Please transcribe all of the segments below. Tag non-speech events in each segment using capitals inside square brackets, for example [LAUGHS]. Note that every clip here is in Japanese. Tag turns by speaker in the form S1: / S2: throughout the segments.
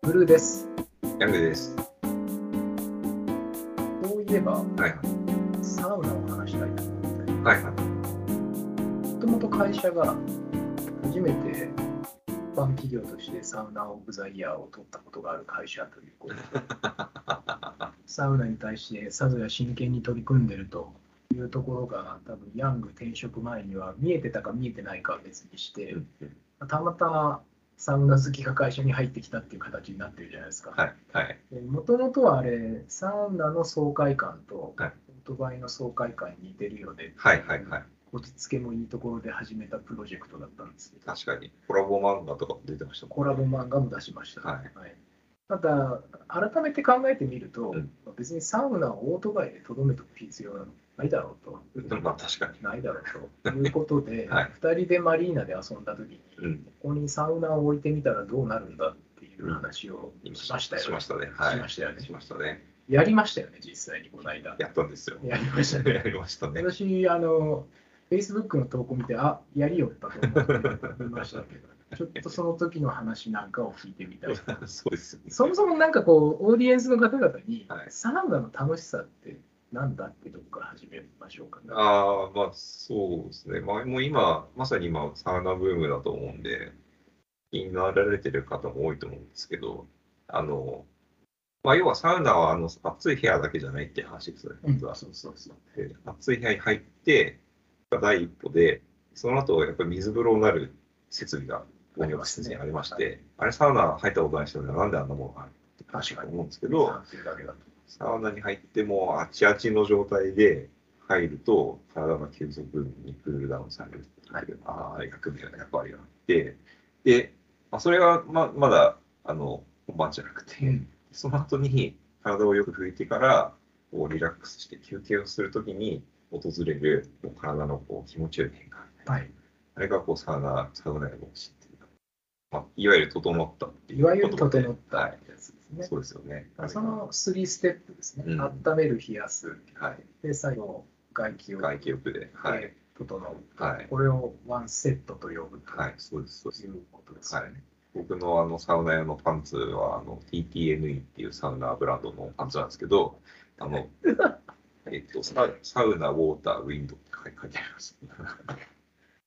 S1: ブルーです。
S2: ヤングです。
S1: そういえば、
S2: はい
S1: サウナを話したいと思って、
S2: はいはい。
S1: もともと会社が初めて一般企業としてサウナオブザイヤーを取ったことがある会社ということで、サウナに対してさぞや真剣に取り組んでるというところが、多分ヤング転職前には見えてたか見えてないかは別にして、たまたまサウナ好きが会社に入ってきたっていう形になってるじゃないですか。
S2: はいはい。
S1: もともとはあれ、サウナの爽快感と、オ
S2: は
S1: ー
S2: い
S1: トバイの爽快感に似てるよね、
S2: はいはいはい。
S1: 落ち着けもいいところで始めたプロジェクトだったんですけど、
S2: 確かに。コラボ漫画とかも出てましたも
S1: コ
S2: ん
S1: ラボ漫画も出しました。
S2: はい
S1: ただ、改めて考えてみると、
S2: うん
S1: 別にサウナをオートバイでとどめとく必要なんかないだろうと、
S2: ね。まあ確かに。
S1: ないだろうということで、
S2: [LAUGHS] はい
S1: 2人でマリーナで遊んだ時に、
S2: うん。
S1: ここにサウナを置いてみたらどうなるんだっていう話をしましたよね。
S2: しましたね。はい。
S1: しましたよね
S2: しましたね。
S1: やりましたよね、実際にこの間。
S2: やったんですよ。
S1: やりましたね。
S2: やりましたね。
S1: 私、あの、Facebook の投稿見て、あ、やりよったと思って見ましたけ
S2: [LAUGHS]
S1: ど、ちょっとその時の話なんかを聞いてみたい。
S2: そうですよね。
S1: そもそもなんかこう、オーディエンスの方々に
S2: はい、
S1: サウナの楽しさってなんだってとこから始めましょうかね。
S2: ああ、まあそうですね。まあもう今、まさに今、サウナブームだと思うんで、気になられてる方も多いと思うんですけど、あの、まあ要はサウナはあの暑い部屋だけじゃないっていう話ですね、
S1: うん、
S2: 実は。
S1: そうそうそう。
S2: で暑い部屋に入って、が第一歩で、その後やっぱり水風呂になる設備が、
S1: ありますね
S2: 施設にありまして、あれサウナ入ったことない人にはなんであんなものがあるって
S1: 確かに
S2: 思うんですけど、
S1: サウナっていうだけだと
S2: サウナに入ってもあちあちの状態で入ると体が急速にクールダウンされるっていう、ああ役目が役割があってで、まあ、それがままだあの本番じゃなくて、
S1: うん
S2: その後に体をよく拭いてからこうリラックスして休憩をするときに訪れるこう体のこう気持ちよい変化
S1: はい。
S2: あれがこうサウナサウナの知っていうか、まあ、いわゆる整ったってい
S1: いうわゆる
S2: 言葉で
S1: 整った
S2: は
S1: や
S2: い、
S1: つですね。
S2: そうですよね
S1: だからその3ステップですね。
S2: うん
S1: 温める、冷やす。
S2: はい
S1: で、最後、外気を
S2: 外気浴で、はい、
S1: で整う。
S2: はい
S1: これをワンセットと呼ぶと
S2: はい、そうです、そうで。
S1: いうことですすね。
S2: はい。僕のあのサウナ用のパンツはあの TTNE っていうサウナブランドのパンツなんですけど、あの、 [LAUGHS] えっと、ササウナ、ウォーター、ウィンドウって書いてあります。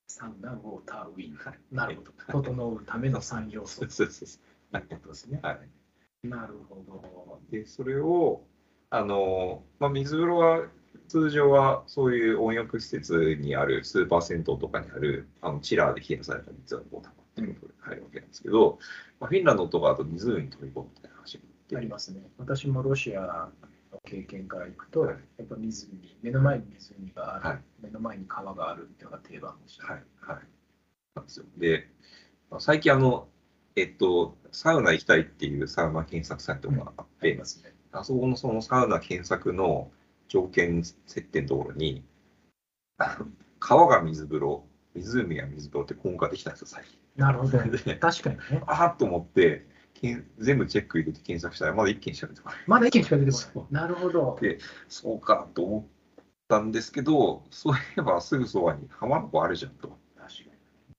S1: サウナ、ウォーター、ウィン。なるほど。整うための3要素
S2: そう
S1: と
S2: そうそうそ
S1: いうことですね
S2: う。。はい。
S1: なるほど。
S2: で、それを、あの、まあ、水風呂は、通常はそういう温浴施設にあるスーパー銭湯とかにあるあのチラーで冷やされた水がこう溜まってるところに入るわけなんですけど、まあ、フィンランドとかだと湖に飛び込むみたいな話もあ
S1: あ
S2: って
S1: りますね。私もロシアの経験からいくと、
S2: はい
S1: やっぱ湖、目の前に湖がある、
S2: はい
S1: 目の前に川があるっていうのが定番でした。
S2: はい、はい。なんですよ。で、まあ最近あの、えっと、サウナ行きたいっていうサウナ検索サイトがあっ
S1: あ
S2: て、
S1: りますね。
S2: あそこのそのサウナ検索の条件設定のところに、あの川が水風呂、湖が水風呂って今回できたんですよ、最近。
S1: な
S2: [LAUGHS]
S1: るほど。 [LAUGHS]
S2: で
S1: 確かにね。
S2: あーっと思って、けん全部チェック入れて検索したら、まだ1件しか出てこない。
S1: まだ意見しか出てこ
S2: そう
S1: ない。なるほど。
S2: そうかと思ったんですけど、そういえばすぐそばに浜の子あるじゃんと。
S1: 確かに。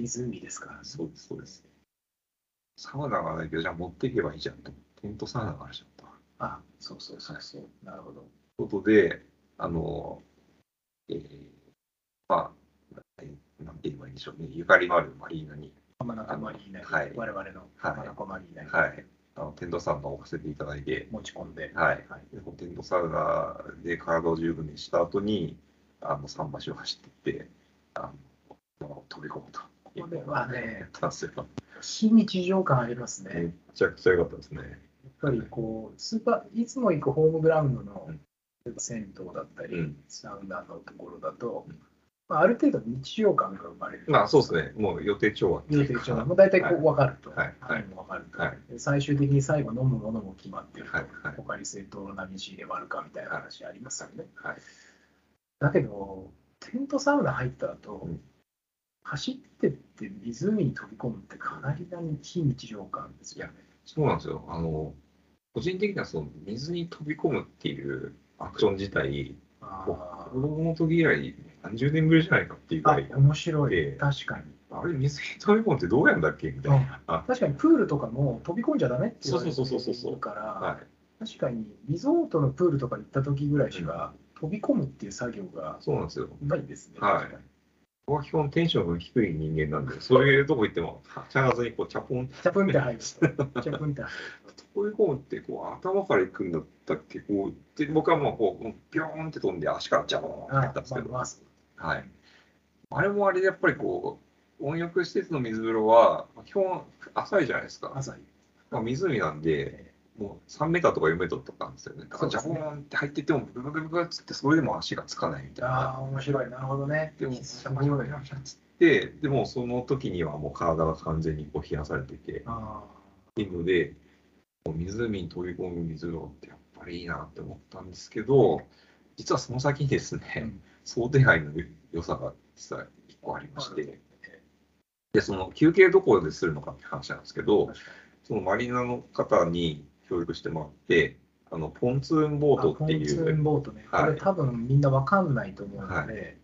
S1: 湖ですから、
S2: そうです、そうです。サウナがないけど、じゃあ持っていけばいいじゃんと。テントサウナがあるじゃんと。
S1: あ、そうそうそうそう。なるほど。
S2: ということで、あの、えー、まあ、えなんて言えばいいんでしょうね。ゆかりのあるマリーナに、
S1: 浜中マリーナに、
S2: はい
S1: 我々の浜中マリーナに
S2: はい、あのテントサウナを置かせていただいて、
S1: 持ち込んで、
S2: はい
S1: はい
S2: でテントサウナで体を十分にした後に、あの、桟橋を走っていって、あの、飛び込むと。
S1: これはね、
S2: やったんですよ
S1: 非日常感あります
S2: めっ
S1: ね。
S2: ちゃくちゃ良かったですね。
S1: やっぱりこう、スーパー、いつも行くホームグラウンドの
S2: うん
S1: 例えば銭湯だったり、
S2: うん
S1: サウナのところだと
S2: うん、
S1: まあ、ある程度日常感が生まれる。
S2: まあ、そうですね。もう予定調和って
S1: 予
S2: いう
S1: 定
S2: か
S1: 調和もう大体こう分かると、
S2: はいはい
S1: 範囲も分かると、
S2: はい
S1: で最終的に最後飲むものも決まってると、
S2: はいはい
S1: 他に正当な何仕入れもあるかみたいな話ありますよね。
S2: はい
S1: だけど、テントサウナ入った後、
S2: うん
S1: 走ってって湖に飛び込むってかなりな非日常感ですよね。
S2: そうなんですよ。あの、個人的にはその水に飛び込むっていうアクション自体、
S1: あ
S2: 子供の時以来何十年ぶりじゃないかっていうぐ
S1: あ
S2: らい
S1: あ、面白い。
S2: で
S1: 確かに。
S2: ああれ、水着食べ物ってどうやんだっけみたいな。
S1: 確かにプールとかも飛び込んじゃダメって言われて
S2: そうそうそうそうそう
S1: るから、
S2: はい。
S1: 確かにリゾートのプールとか行った時ぐらいしか、飛び込むっていう作業が
S2: そうなんですよ。
S1: ないですね。
S2: はい
S1: 確かに
S2: 僕は基本テンションが低い人間なんで、そういうとこ行っても、チャーズにこう、チャポン、
S1: チャプンって入る。チャプンって入
S2: [LAUGHS] 飛び込むってこう頭から行くんだったっけこう、で僕はもうこう、ピョーンって飛んで足からジャボーンって
S1: る。
S2: やっ
S1: あ
S2: たんですけど、
S1: まあ、そう
S2: はい。あれもあれでやっぱりこう、温浴施設の水風呂は、基本浅いじゃないですか。
S1: 朝
S2: まあ、湖なんで、もう3メーターとか4メーターとかなんですよね。だからジャ
S1: そう
S2: ボ
S1: です
S2: ーンって入ってっても、ブクブクブクっつって、それでも足がつかないみたい
S1: あ
S2: な。
S1: あ、面白い。なるほどね。
S2: でも、
S1: す
S2: シャ
S1: ご
S2: バ
S1: い
S2: シャバシャバシャバっつって、でもその時にはもう体が完全にこう冷やされてて、
S1: あ
S2: っていうので、もう湖に飛び込む水風呂ってやっぱりいいなって思ったんですけど、実はその先にですね、
S1: うん
S2: 想定外の良さが実は1個ありまし
S1: はい
S2: て、で、その休憩どこでするのかって話なんですけ
S1: あ
S2: ど、そのマリーナの方に協力してもらって、あのポンツーンボートってい
S1: あポンツーン
S2: う、
S1: ボートね。こ
S2: はい
S1: れ多分みんなわかんないと思うので、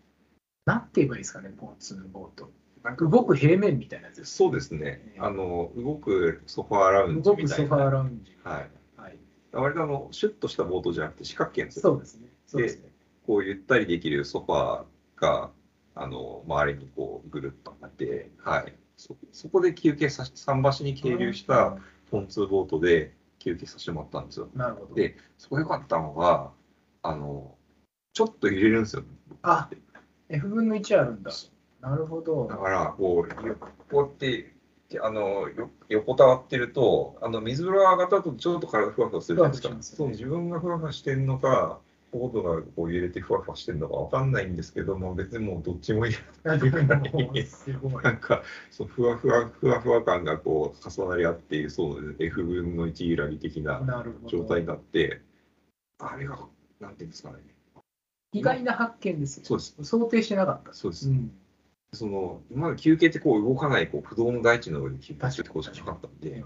S1: なんて言えばいいですかね、ポンツーンボート。
S2: なんか
S1: 動く平面みたいなやつです。
S2: そうですね、あの動くソファーラウンジ
S1: 動く
S2: みた
S1: ソ
S2: い
S1: ファー
S2: な、
S1: ラウンジ。
S2: はい、
S1: はい。
S2: 割とあのシュッとしたボートじゃなくて四角形の
S1: そうですね。そうですね。
S2: こうゆったりできるソファーがあの周りにこうぐるっとあって、はい、そそこで休憩させ桟橋に係留した。ポンツーボートで休憩させてもらったんですよ。
S1: なるほど。
S2: でそこ良かったのがあのちょっと揺れるんですよ。
S1: あ F 分の1あるんだ。なるほど
S2: だ。からこ
S1: [LAUGHS]
S2: うよこうやってあのよ横たわってるとあの水風呂上がった後ちょっと体ふわふわするじゃないですか
S1: ふわふわしますよね
S2: そう自分がふわふわしてんのかボートがこう揺れてふわふわしてんのかわかんないんですけども別にもうどっちもいい
S1: なるほどすごい
S2: な。んかそうふわふわふわふわ感がこう重なり合っているそう F 分の1揺らぎ的な
S1: なるほ
S2: 状態
S1: ど。
S2: になってあれがなんていうんですかね
S1: 意外な発見ですよ。
S2: そうです
S1: 想定してなかった。
S2: そうです、
S1: うん。
S2: その今まで休憩ってこう動かないこう不動の大地の上に休憩するってことじゃなかったんで
S1: うん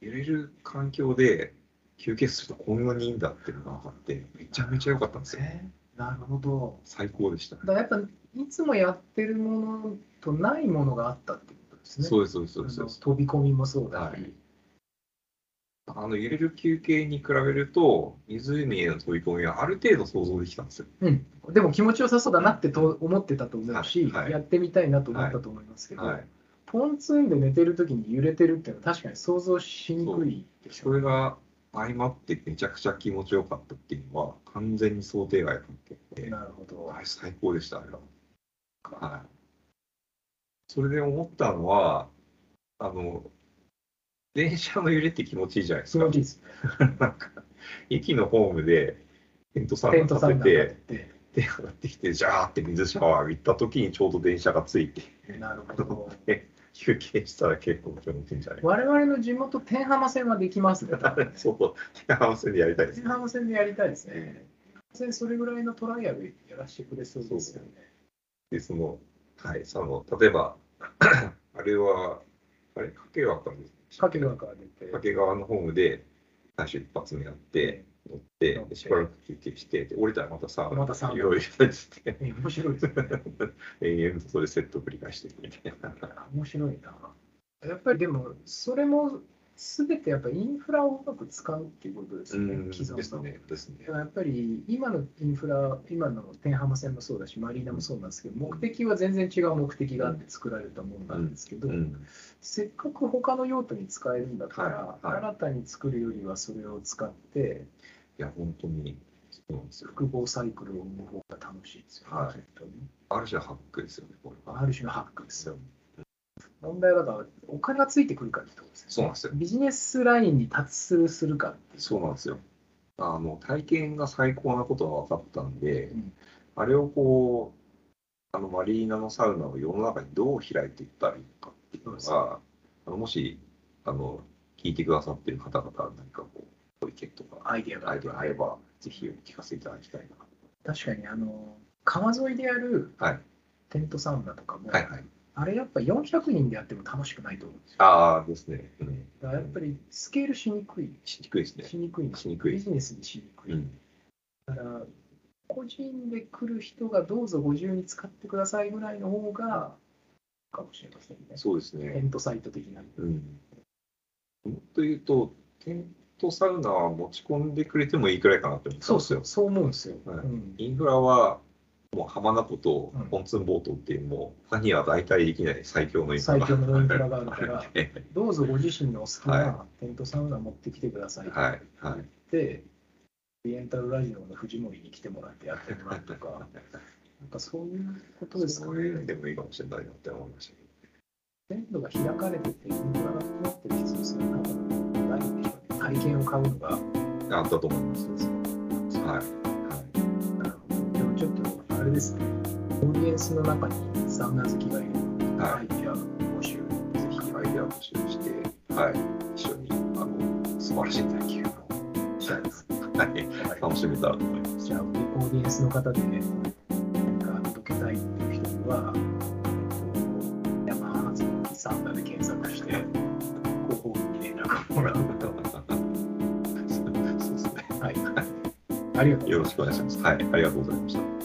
S2: 揺れる環境で休憩するとこんなにいいんだっていうのが分かってめちゃめちゃ良かったんですよ
S1: ねなるほど。
S2: 最高でしたね
S1: だからやっぱいつもやってるものとないものがあったってことですね。
S2: そうですそうですそうです
S1: あ
S2: そう
S1: の
S2: です
S1: 飛び込みもそうだし、
S2: はいあの揺れる休憩に比べると湖への飛び込みはある程度想像できたんですよ
S1: うん、でも気持ちよさそうだなってと思ってたと思うし、
S2: はいはい
S1: やってみたいなと思ったと思いますけど、
S2: はい
S1: ポンツーンで寝てる時に揺れてるっていうのは確かに想像しにくいでし
S2: そ
S1: ょう
S2: れが相まってめちゃくちゃ気持ちよかったっていうのは完全に想定外の関係で、
S1: なるほど
S2: はい、最高でしたあれは、はい、それで思ったのはあの電車の揺れって気持ちいいじゃないです
S1: 気
S2: か
S1: 持ちいいですね
S2: [LAUGHS] なんか駅のホームでテントサウ
S1: テン
S2: ナ
S1: トサウ
S2: 立
S1: ナ
S2: て
S1: 立
S2: て
S1: て
S2: で上がってきてジャーって水シャワー浴びた時にちょうど電車がついて
S1: てなるほど
S2: 休憩したら結構気持ちいいんじゃないか
S1: 我々の地元天浜線はできますね
S2: [LAUGHS] そう手合わせでやりたいです
S1: 天
S2: ね
S1: 浜線でやりたいですね天浜線それぐらいのトライアルやらせてくれそうですよね
S2: で、その、はい、その、例えば、あれは、あれ、掛川か
S1: 掛川から出て
S2: 掛川のホームで、最初一発目やって、乗って、でしばらく休憩して、で降りたらまたサウナ、
S1: またサウナ
S2: 用意したりして、 [LAUGHS]
S1: え面白いですね
S2: 永遠とそれセット繰り返してるみたいな。
S1: 面白いな。やっぱりでも、それも全てやっぱインフラをうまく使うっていうことですよね、既存の。
S2: ですね、ですね
S1: だか。らやっぱり今のインフラ、今の天浜線もそうだし、マリーナもそうなんですけど、目的は全然違う目的があって作られたものなんですけど、
S2: うん、
S1: せっかく他の用途に使えるんだから、
S2: はいはい
S1: 新たに作るよりはそれを使って、
S2: いや、本当に、そうなんですよ。
S1: 複合サイクルを生む方が楽しいですよね、
S2: はい
S1: きっとね
S2: ある種のハックですよね、これは。
S1: ある種のハックですよ。問題はだから、お金がついてくるかってとこですよね
S2: そうなんですよ。
S1: ビジネスラインに達するするかっていう
S2: そうなんですよ。あの体験が最高なことが分かったんで、
S1: うん
S2: あれをこうあのマリーナのサウナを世の中にどう開いていったらいいのかっていうの
S1: そう
S2: があのもしあの聞いてくださってる方々何かこうご意見とか
S1: アイデアが
S2: ア
S1: あ
S2: イ
S1: る
S2: デアあればぜひお聞かせいただきたい
S1: 確かにあの川沿いでやる
S2: な。はい、
S1: テントサウナとかも、
S2: はい、はい。
S1: あれやっぱ400人でやっても楽しくないと思うんですよ
S2: ああですね。うん、
S1: だからやっぱりスケールしにくい
S2: しにくいですね。
S1: しにくいんです
S2: しにく
S1: ビ
S2: い。
S1: ジネスにしにくい、
S2: うん、
S1: だから個人で来る人がどうぞご自由に使ってくださいぐらいの方がかもしれませんね。
S2: そうです
S1: テ
S2: ね。
S1: ントサイト的な。
S2: うん。もっと言うと、テントサウナは持ち込んでくれてもいいくらいかなって思ってたんですよ。
S1: そう思うんですよ。
S2: はい
S1: うん
S2: インフラは、もう浜名湖と
S1: うん
S2: ポンツンボートっていう、もう、他には代替できない最強のインフラ
S1: 最強のインフラがあるから
S2: あるんで
S1: どうぞご自身のお好きなテントサウナ持ってきてくださいって
S2: はい、
S1: 言
S2: は
S1: っ
S2: い。
S1: て、オリエンタルラジオの藤森に来てもらってやってもらうと
S2: [LAUGHS]
S1: か、なんかそういうことですか
S2: そういうの
S1: ね。
S2: でもいいかもしれないなって思いましたけど。
S1: 全部が開かれてて、インフラが整ってる必要性がなんかないんでしょうね。体験を買うのが、
S2: あったと思いま
S1: そうです
S2: す。はい。はい、
S1: でもちょっと、あれですね、オーディエンスの中にサウナ好きがいるので、
S2: はい
S1: アイディア募集
S2: ぜひアイデアを募集して、はい、一緒にあの素晴らしい体験をしたいです。はい、
S1: はい
S2: 楽しめたらと思います。
S1: じゃあ、オーディエンスの方で、ね、なんか届けたいっていう人には、えっと、ヤマハズの木サウナで検索して、広報部に連絡をもらうと。
S2: [LAUGHS] そうですね。
S1: はい。ありがとうございます
S2: よろしくお願いします。はい、ありがとうございました。